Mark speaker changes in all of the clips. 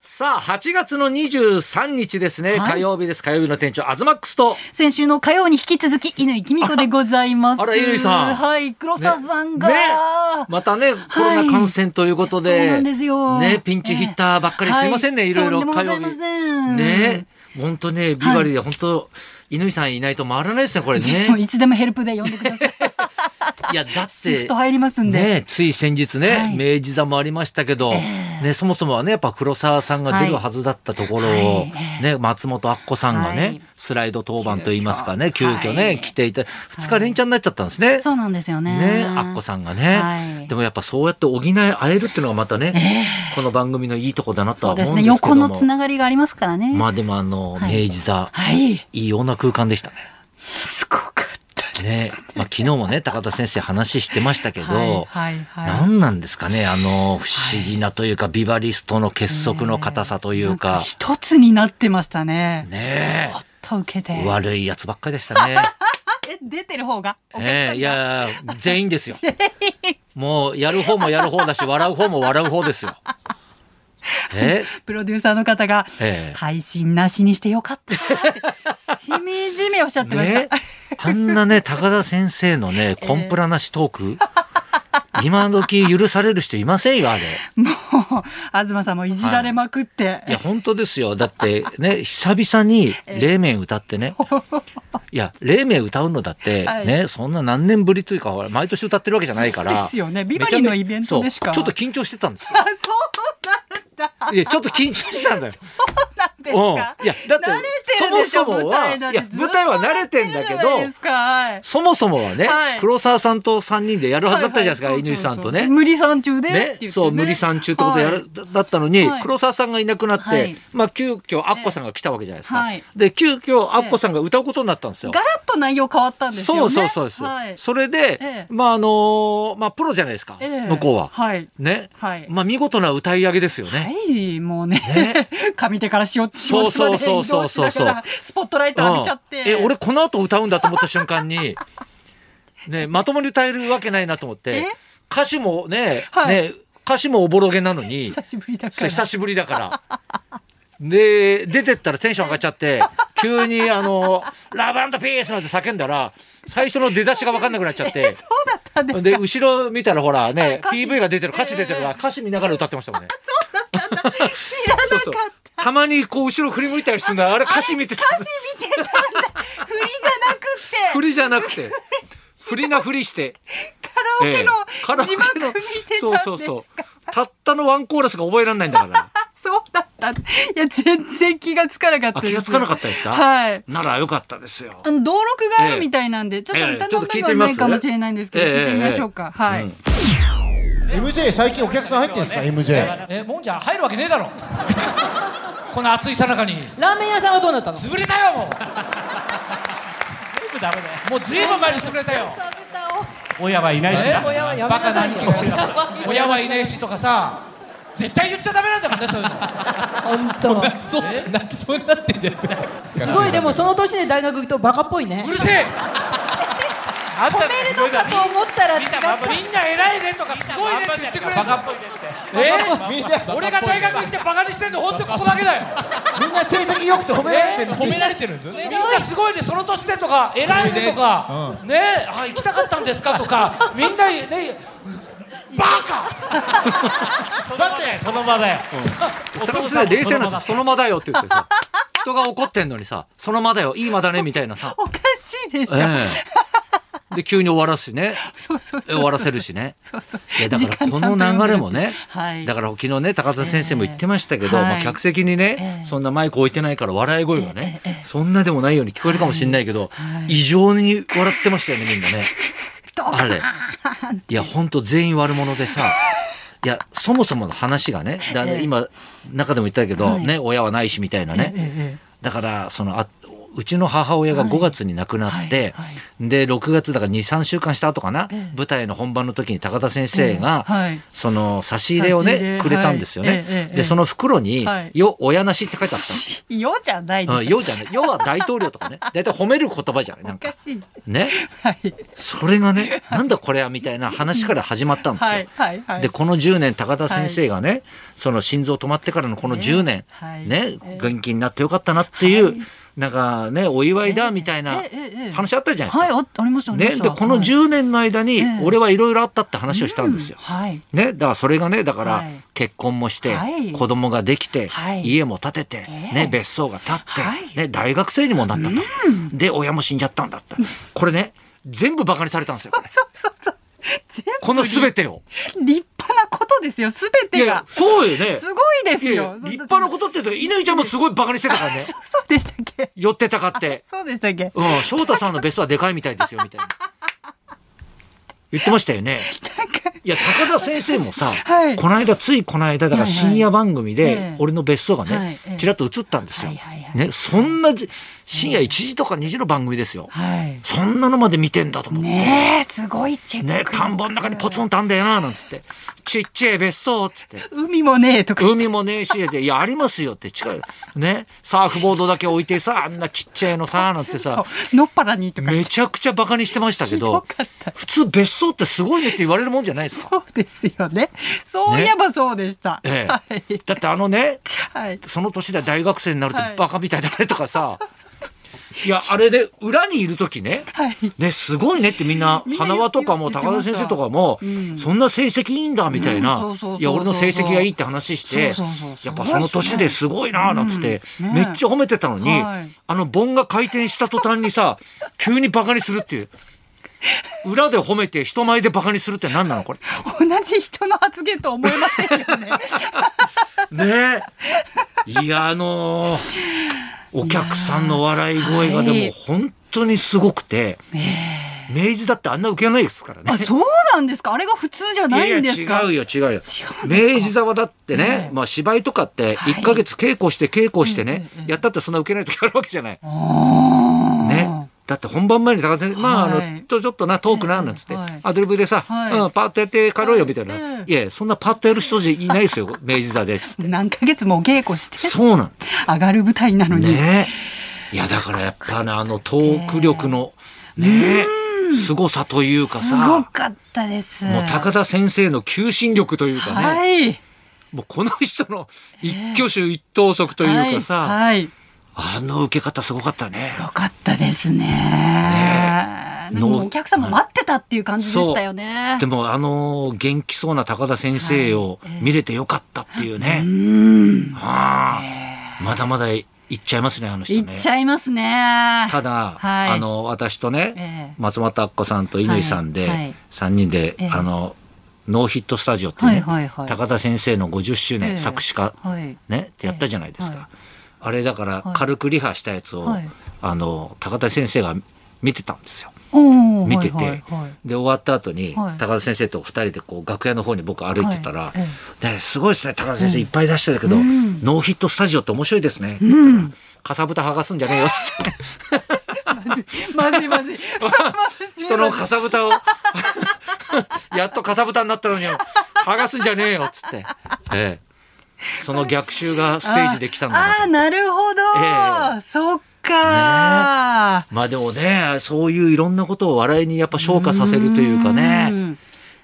Speaker 1: さあ、8月の23日ですね、
Speaker 2: はい
Speaker 1: 火曜日です。火曜日の店長、アズマックスと、
Speaker 2: 先週の火曜に引き続き乾きみこでございます。
Speaker 1: あら乾さん
Speaker 2: はい、黒沢さんが、
Speaker 1: ねまたね、コロナ感染ということで、
Speaker 2: そうなんですよ。
Speaker 1: ね、ピンチヒッターばっかり、
Speaker 2: ええ
Speaker 1: すいませんね、、
Speaker 2: はい
Speaker 1: ろいろ
Speaker 2: とんでも
Speaker 1: 火
Speaker 2: ござ
Speaker 1: 曜
Speaker 2: いま
Speaker 1: 日。
Speaker 2: せん。
Speaker 1: ね、本当ね、ビバリーで本当、乾さんいないと回らないですね、これ
Speaker 2: もう
Speaker 1: ね。
Speaker 2: いつでもヘルプで呼んでください。
Speaker 1: いや、だっ
Speaker 2: シフ
Speaker 1: て
Speaker 2: ト。入りますんで。
Speaker 1: ね、つい先日ね、
Speaker 2: はい
Speaker 1: 明治座もありましたけど、ね、そもそもはねやっぱ黒沢さんが出るはずだったところを、
Speaker 2: はい
Speaker 1: ね、松本明子さんがね、
Speaker 2: はい
Speaker 1: スライド当番といいますかね急
Speaker 2: 急
Speaker 1: 遽
Speaker 2: 遽
Speaker 1: ね、
Speaker 2: はい
Speaker 1: 来ていた2日連チャンになっちゃったんですね。
Speaker 2: そうなんですよね。
Speaker 1: ね、アッコさんがね、
Speaker 2: はい
Speaker 1: でもやっぱそうやって補い合えるっていうのがまたね、この番組のいいとこだなと
Speaker 2: そ
Speaker 1: は
Speaker 2: うで
Speaker 1: 思
Speaker 2: す
Speaker 1: うん
Speaker 2: ね。
Speaker 1: ですけ
Speaker 2: 横
Speaker 1: ども
Speaker 2: のつながりがありますからね。
Speaker 1: まあでもあの、
Speaker 2: はい
Speaker 1: 明治座
Speaker 2: はい。
Speaker 1: いいような空間でしたね。
Speaker 2: すごかった。
Speaker 1: ねまあ、昨日もね高田先生話してましたけど、
Speaker 2: はいはいはい
Speaker 1: 何なんですかねあの不思議なというか、ビバリストの結束の硬さという
Speaker 2: なん
Speaker 1: か,、
Speaker 2: 一つになってましたね。
Speaker 1: ね
Speaker 2: あっと受けて。
Speaker 1: え悪いやつばっかりでしたね。
Speaker 2: え、出てる方が。お客さん
Speaker 1: え
Speaker 2: が
Speaker 1: えいや全員ですよ。もうやる方もやる方だし笑う方も笑う方ですよ。え
Speaker 2: プロデューサーの方が、
Speaker 1: ええ
Speaker 2: 配信なしにしてよかったって、しみじみおっしゃってました。
Speaker 1: ね、あんなね高田先生のねコンプラなしトーク、今時許される人いませんよあれ。
Speaker 2: もう、東さんもいじられまくって。
Speaker 1: いや、本当ですよ。だってね、久々に冷麺歌ってね。いや、冷麺歌うのだって、
Speaker 2: はい
Speaker 1: ね、そんな何年ぶりというか、ほら毎年歌ってるわけじゃないから。
Speaker 2: そうですよねビバリーのイベントでしか
Speaker 1: めちゃめちゃそうちょっと緊張してたんですよ。
Speaker 2: あそうなんだ。
Speaker 1: いや、ちょっと緊張してたんだよ。
Speaker 2: なんです
Speaker 1: うん。い
Speaker 2: か。
Speaker 1: や、だって
Speaker 2: 慣れ、て
Speaker 1: そ
Speaker 2: るで
Speaker 1: も
Speaker 2: しょ
Speaker 1: そもは、い
Speaker 2: 舞台なんて
Speaker 1: や、舞台は慣れてんだけ
Speaker 2: ずっとやってるじゃない
Speaker 1: ど
Speaker 2: で、すかはい
Speaker 1: そもそもはね、
Speaker 2: はい
Speaker 1: 黒沢さんと3人でやるはずだったじゃないですか、
Speaker 2: は
Speaker 1: 乾、
Speaker 2: は
Speaker 1: さんと
Speaker 2: そうそうそう
Speaker 1: ね。
Speaker 2: 無理さん中ですって言って、ね。
Speaker 1: そう無理さん中ってことやる、
Speaker 2: はい
Speaker 1: だったのに、
Speaker 2: はい
Speaker 1: 黒沢さんがいなくなって、
Speaker 2: はい
Speaker 1: まあ急遽アッコさんが来たわけじゃないですか、
Speaker 2: はい
Speaker 1: で急遽アッコさんが歌うことになったんですよ。
Speaker 2: ガラッと内容変わったんですよね。
Speaker 1: そうそうそうです、
Speaker 2: はい。
Speaker 1: それで、
Speaker 2: ええ
Speaker 1: まああのーまあプロじゃないですか、
Speaker 2: ええ
Speaker 1: 向こうは、
Speaker 2: はい。
Speaker 1: ね、
Speaker 2: はい
Speaker 1: まあ見事な歌い上げですよね。
Speaker 2: はい、もうね、
Speaker 1: ね
Speaker 2: 上手からしお、し
Speaker 1: そう
Speaker 2: お
Speaker 1: そう
Speaker 2: まで
Speaker 1: そ
Speaker 2: 移
Speaker 1: うそ
Speaker 2: 動
Speaker 1: う
Speaker 2: し
Speaker 1: そう
Speaker 2: ながら、スポットライト浴びちゃって。
Speaker 1: うんえ俺この後歌うんだと思った瞬間 にねまともに歌えるわけないなと思って
Speaker 2: え
Speaker 1: 歌詞もね,、
Speaker 2: はい
Speaker 1: ね歌詞もおぼろげなの に
Speaker 2: 久しぶりだか
Speaker 1: そう
Speaker 2: ら。
Speaker 1: 久しぶりだから。で出てったらテンション上がっちゃ って急にあの「ラブピース!」なんて叫んだら最初の出だしが分かんなくなっちゃって
Speaker 2: そうだったんです
Speaker 1: で後ろ見たらほらね
Speaker 2: はい歌詞
Speaker 1: PV が出てる歌詞出てるから
Speaker 2: え
Speaker 1: 歌詞見ながら歌ってましたもん ね。
Speaker 2: 知らなか
Speaker 1: そう
Speaker 2: っ
Speaker 1: そう
Speaker 2: た。
Speaker 1: たまにこう後ろ振り向いたりするんだあれ歌詞見てた
Speaker 2: 歌詞見てたんだ。振りじゃなくって。
Speaker 1: 振りじゃなくて振りなふり して
Speaker 2: カラオケの
Speaker 1: カラオケ
Speaker 2: 字
Speaker 1: の
Speaker 2: 幕見てたんですか、
Speaker 1: そうそうそうたったのワンコーラスが覚えられないんだから
Speaker 2: そうだった。いや、全然気がつかなかった
Speaker 1: あ
Speaker 2: です
Speaker 1: 気がつかなかったですか、
Speaker 2: はい。
Speaker 1: ならよかったですよ
Speaker 2: あの、道録があるみたいなんで、ちょっと歌の部分はないかもしれないんですけど、
Speaker 1: ええ
Speaker 2: 聞いてみましょうか。はい。
Speaker 1: うん
Speaker 3: MJ 最近お客さん入ってんですか MJ
Speaker 4: えもんじゃ入るわけねえだろこの暑いさなかに
Speaker 5: ラーメン屋さんはどうなったの
Speaker 4: 潰れたよもうもうずいぶん前に潰れたよ
Speaker 6: 親はいないし
Speaker 4: え
Speaker 5: 親はやめ
Speaker 4: バ
Speaker 5: な
Speaker 4: カ
Speaker 5: さ
Speaker 4: 何
Speaker 5: いよ
Speaker 4: 人も親はいないしとかさ絶対言っちゃダメなんだもんねそういうの
Speaker 5: 本当。
Speaker 4: そう泣きそうになってんじゃん
Speaker 5: すごいでもその年で大学行くとバカっぽいね
Speaker 4: うるせ え
Speaker 6: あんた
Speaker 2: 褒めるのかと思ったら違った。
Speaker 4: みんな偉いねとかすごいねって言ってくれる
Speaker 6: バカっぽいねって
Speaker 4: え
Speaker 3: みんな
Speaker 4: 俺が大学行ってバカにしてんのほんとここだけだよ
Speaker 3: みんな成績良くて褒められてるのに
Speaker 6: られてるんですよね
Speaker 4: みんなすごいねその年でとか偉いねとかねあ行きたかったんですかとかみんなねバカ
Speaker 6: だってその場で
Speaker 1: 高田さん冷静なんですよその間だよって言ってさ人が怒ってんのにさその間だよいい間だねみたいなさ、
Speaker 2: おかしいでしょ。
Speaker 1: ええで急に終わらすしね
Speaker 2: そうそうそ
Speaker 1: 終
Speaker 2: う。
Speaker 1: わらせるしね
Speaker 2: そうそう。
Speaker 1: いやだからこの流れもね、
Speaker 2: はい。
Speaker 1: だから昨日ね高田先生も言ってましたけど、
Speaker 2: ええ
Speaker 1: ま
Speaker 2: は
Speaker 1: あ、
Speaker 2: い
Speaker 1: 客席にね、
Speaker 2: ええ
Speaker 1: そんなマイク置いてないから笑い声がね、そんなでもないように聞こえるかもしれないけど、異常に笑ってましたよねみんなね。あれいやほんと全員悪者でさ。いやそもそもの話がねだ
Speaker 2: ええ
Speaker 1: 今中でも言ったけど、
Speaker 2: はい
Speaker 1: ね親はないしみたいなね、
Speaker 2: ええええ
Speaker 1: だからそのあうちの母親が5月に亡くなって、
Speaker 2: はい
Speaker 1: で6月だから23週間した後かな、
Speaker 2: ええ
Speaker 1: 舞台の本番の時に高田先生が、
Speaker 2: ええはい
Speaker 1: その差し入れを
Speaker 2: 差し入
Speaker 1: ね
Speaker 2: れ
Speaker 1: くれたんですよね。
Speaker 2: はいええええ
Speaker 1: でその袋に
Speaker 2: はい
Speaker 1: 「よ親なし」って書いてあったの。
Speaker 2: よじゃないで
Speaker 1: うん、
Speaker 2: しょ。
Speaker 1: よじゃない。よは大統領とか ね。大体褒める言葉じゃない。な
Speaker 2: お
Speaker 1: んか
Speaker 2: か。しい。
Speaker 1: ね。
Speaker 2: はい。
Speaker 1: それがね、なんだこれはみたいな話から始まったんですよ。
Speaker 2: はいはいはい
Speaker 1: で、この10年、高田先生がね、その心臓止まってからのこの10年、
Speaker 2: はい
Speaker 1: ね
Speaker 2: え、え
Speaker 1: 元気になってよかったなっていう、なんかね、お祝いだみたいな
Speaker 2: ええええええ
Speaker 1: 話あったじゃないですか。
Speaker 2: はい、あありました。ありま
Speaker 1: ね、
Speaker 2: し
Speaker 1: で、
Speaker 2: た
Speaker 1: この10年の間に
Speaker 2: ええ、
Speaker 1: 俺はいろいろあったって話をしたんですよ。
Speaker 2: はい。
Speaker 1: ね、だからそれがねだから
Speaker 2: はい
Speaker 1: 結婚もして、
Speaker 2: はい
Speaker 1: 子供ができて、
Speaker 2: はい
Speaker 1: 家も建てて、
Speaker 2: ええ
Speaker 1: ね、別荘が建って、
Speaker 2: はい
Speaker 1: ね、大学生にもなったと、で親も死んじゃったんだってこれね全部バカにされたん ですよこれ
Speaker 2: そうそうそう。全部
Speaker 1: この全てを。
Speaker 2: 立派なことですよ。すべ
Speaker 1: い
Speaker 2: てが。
Speaker 1: そうよね
Speaker 2: すごいです
Speaker 1: いやいや
Speaker 2: よ。。
Speaker 1: 立派なこととって言うと乾ちゃんもすごいバカにしてた からね
Speaker 2: そうそうでしたっけ。
Speaker 1: 寄ってたかって、
Speaker 2: そうでしたっけ。
Speaker 1: うん、翔太さんの別荘はでかいみたいですよみたいな言ってましたよね。いや高田先生もさ、
Speaker 2: はい
Speaker 1: この間ついこの間だから
Speaker 2: はいはい
Speaker 1: 深夜番組
Speaker 2: え
Speaker 1: で
Speaker 2: え
Speaker 1: 俺の別荘が
Speaker 2: はい
Speaker 1: ね
Speaker 2: ええ
Speaker 1: ちらっと映ったんですよ
Speaker 2: はいはい。はい
Speaker 1: ねそんなじ深夜1時とか2時の番組ですよ。
Speaker 2: はい。
Speaker 1: そんなのまで見てんだと思って。
Speaker 2: ねえ、すごいチェック。
Speaker 1: ね田んぼの中にポツンとあんだよななんつって「ちっちゃい別荘」っつって
Speaker 2: 海もねえとか。
Speaker 1: 海もねえしで「いやありますよ」って近いねサーフボードだけ置いてさあんなちっちゃいのさなんてさ
Speaker 2: のっぱらにとか。
Speaker 1: めちゃくちゃバカにしてましたけ
Speaker 2: ひど
Speaker 1: ど
Speaker 2: かった
Speaker 1: 普通別荘ってすごいねって言われるもんじゃないですか。
Speaker 2: そうですよね。そういえばそうでした。
Speaker 1: え
Speaker 2: は
Speaker 1: え
Speaker 2: い、。
Speaker 1: だってあのね
Speaker 2: はい。
Speaker 1: その年で大学生になると
Speaker 2: はい
Speaker 1: バカみたいだねとか さ、い、やあれで裏にいる時ね、
Speaker 2: はい
Speaker 1: ねすごいねってみんな
Speaker 2: みんな
Speaker 1: 花輪とかも
Speaker 2: 言って
Speaker 1: 高
Speaker 2: ま
Speaker 1: 田
Speaker 2: した
Speaker 1: 先生とかも、そんな成績いいんだみたいな、
Speaker 2: うんそうそうそうそう
Speaker 1: いや俺の成績がいいって話して
Speaker 2: そうそうそうそう
Speaker 1: やっぱその年ですごいななんつって、
Speaker 2: うん
Speaker 1: め
Speaker 2: ね
Speaker 1: っちゃ褒めてたのに、
Speaker 2: はい
Speaker 1: あの盆が回転した途端に さ急にバカにするっていう。裏で褒めて人前でバカにするって何なのこれ
Speaker 2: 同じ人の発言とは思えませんよね。
Speaker 1: ねえ。いや、あのーお客さんの笑い声がでも
Speaker 2: はい
Speaker 1: 本当にすごくて、明治だってあんな受けないですからね
Speaker 2: あ、。そうなんですか。あれが普通じゃないんですか。
Speaker 1: いやいや違うよ違うよ明治座はだってね、まあ、芝居とかって
Speaker 2: はい
Speaker 1: 1か月稽古して稽古してね、やったってそんな受けない時あるわけじゃない。ね、だって本番前に高田先生「まああの
Speaker 2: はい
Speaker 1: ちょちょっとなトークな」なんつって、
Speaker 2: はい
Speaker 1: アドリブでさ「
Speaker 2: はい
Speaker 1: うん、パッとやって帰ろうよ」みたいな「
Speaker 2: はいい、
Speaker 1: やそんなパッとやる人じゃいないですよ明治座で」
Speaker 2: 何ヶ月もお稽古して
Speaker 1: そうなんだ
Speaker 2: 上がる舞台なのに。
Speaker 1: ねえ。いや、だからやっぱね、あのトーク力の、ねえ、凄さというか
Speaker 2: すご
Speaker 1: さ、
Speaker 2: かったです。
Speaker 1: もう高田先生の求心力というかね、
Speaker 2: はい。
Speaker 1: もうこの人の一挙手一投足というかさ、
Speaker 2: はい。はい
Speaker 1: あの受け方すごかったね。
Speaker 2: よかったですね。なんかもうお客様待ってたっていう感じでしたよね
Speaker 1: で。もあの元気そうな高田先生を見れてよかったっていうね。ああまだまだいっちゃいますね、あの人
Speaker 2: 行
Speaker 1: ね
Speaker 2: っち。ゃいます ね。
Speaker 1: ただ、
Speaker 2: はい
Speaker 1: あの私とね、
Speaker 2: え
Speaker 1: 松本明子さんと乾さんで、
Speaker 2: はいはい
Speaker 1: 3人で、
Speaker 2: ええ
Speaker 1: あのノーヒットスタジオっていうね、
Speaker 2: はいはいはい
Speaker 1: 高田先生の50周年、
Speaker 2: ええ
Speaker 1: 作詞家、
Speaker 2: はい
Speaker 1: ねってやったじゃないですか、
Speaker 2: ええは
Speaker 1: あれだから
Speaker 2: はい
Speaker 1: 軽くリハしたやつを、
Speaker 2: はい
Speaker 1: あの高田先生が見てたんですよ。
Speaker 2: おー
Speaker 1: 見てて、
Speaker 2: はいはいはい
Speaker 1: で終わった後に、
Speaker 2: はい
Speaker 1: 高田先生と二人でこう楽屋の方に僕歩いてたら、
Speaker 2: はいえ
Speaker 1: ですごいですね高田先生いっぱい出してるけど、ノーヒットスタジオって面白いですね」かさぶた剥がすんじゃねえよ」っつって
Speaker 2: まずいまずい。
Speaker 1: 人のかさぶたを やっとかさぶたになったのに剥がすんじゃねえよっつって、ええ、その逆襲がステージで来たんだな
Speaker 2: ああ、
Speaker 1: と
Speaker 2: なるほど。
Speaker 1: え
Speaker 2: そっか、
Speaker 1: まあでもねそういういろんなことを笑いにやっぱ昇華させるというかね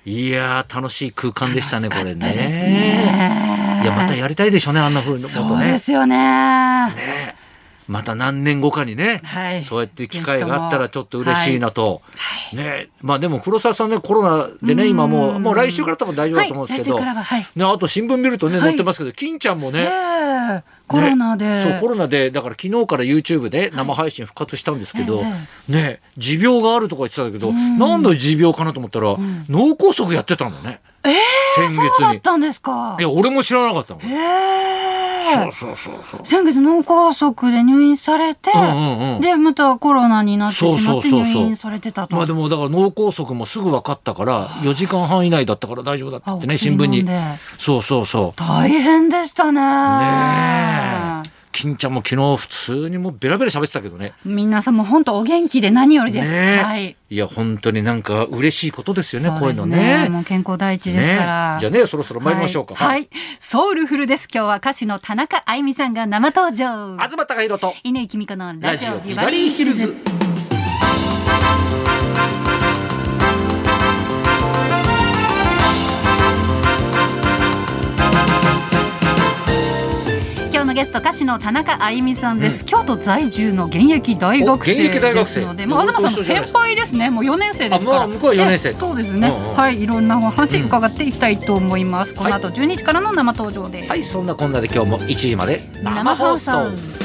Speaker 1: いやー楽しい空間でしたねこれねいやまたやりたいでしょうねあんなふうにこと
Speaker 2: そうで
Speaker 1: ね
Speaker 2: すよね。
Speaker 1: ねまた何年後かにね、
Speaker 2: はい
Speaker 1: そうやって機会があったらちょっと嬉しいなと、ねまあでも黒沢さんねコロナでね今もうもう来週から多分大丈夫だと思うんですけど、
Speaker 2: はい来週からははい
Speaker 1: ね、あと新聞見るとね
Speaker 2: はい
Speaker 1: 載ってますけど、金ちゃんもね、
Speaker 2: ええ
Speaker 1: ね
Speaker 2: コロナで。
Speaker 1: そうコロナでだから昨日から YouTube で生配信復活したんですけど、
Speaker 2: え
Speaker 1: ね持病があるとか言ってたけど、何の持病かなと思ったら、脳梗塞やってたんだね、先
Speaker 2: そう
Speaker 1: 月
Speaker 2: だ
Speaker 1: に
Speaker 2: っ。たんですか
Speaker 1: い。や俺も知らなかったの、
Speaker 2: ええ
Speaker 1: そうそうそうそう
Speaker 2: 先月脳梗塞で入院されて、
Speaker 1: うんうんうん
Speaker 2: でまたコロナになってしまって
Speaker 1: そうそうそうそう
Speaker 2: 入院されてたと。
Speaker 1: まあでもだから脳梗塞もすぐ分かったから4時間半以内だったから大丈夫だったってね新聞に
Speaker 2: あお薬飲んで
Speaker 1: そうそうそう
Speaker 2: 大変でしたね。
Speaker 1: ねえ金ちゃんも昨日普通にもうベラベラ喋ってたけどね。
Speaker 2: 皆さんも本当お元気で何よりです。
Speaker 1: ね
Speaker 2: はい。
Speaker 1: いや本当になんか嬉しいことですよねこ
Speaker 2: そう
Speaker 1: いうう
Speaker 2: です
Speaker 1: の
Speaker 2: ね。
Speaker 1: ね。
Speaker 2: もう健康第一ですから。
Speaker 1: ねじゃあねそろそろ参りましょうか。
Speaker 2: はい。はいソウルフルです。今日は歌手の田中あいみさんが生登場。
Speaker 1: 東貴弘と
Speaker 2: 犬木美子の
Speaker 1: ラ
Speaker 2: ラ
Speaker 1: ジ
Speaker 2: ジ
Speaker 1: オ
Speaker 2: オ
Speaker 1: ビ
Speaker 2: ビ
Speaker 1: バ
Speaker 2: バ
Speaker 1: リ
Speaker 2: リ
Speaker 1: ー
Speaker 2: ー
Speaker 1: ヒ
Speaker 2: ヒ
Speaker 1: ル
Speaker 2: ル
Speaker 1: ズ
Speaker 2: ズ。。今日のゲスト歌手の田中あゆみさんです、京都在住の現役大学
Speaker 1: お現
Speaker 2: 生
Speaker 1: 役大
Speaker 2: で
Speaker 1: 学生
Speaker 2: すのでまあ東さんの先輩ですねもう4年生ですから
Speaker 1: あもう向こうは四年生
Speaker 2: えそうですね、
Speaker 1: うんうん
Speaker 2: はいいろんなお話伺っていきたいと思います、この後12時からの生登場です、
Speaker 1: はいそんなこんなで今日も1時まで生放送。
Speaker 2: 生放送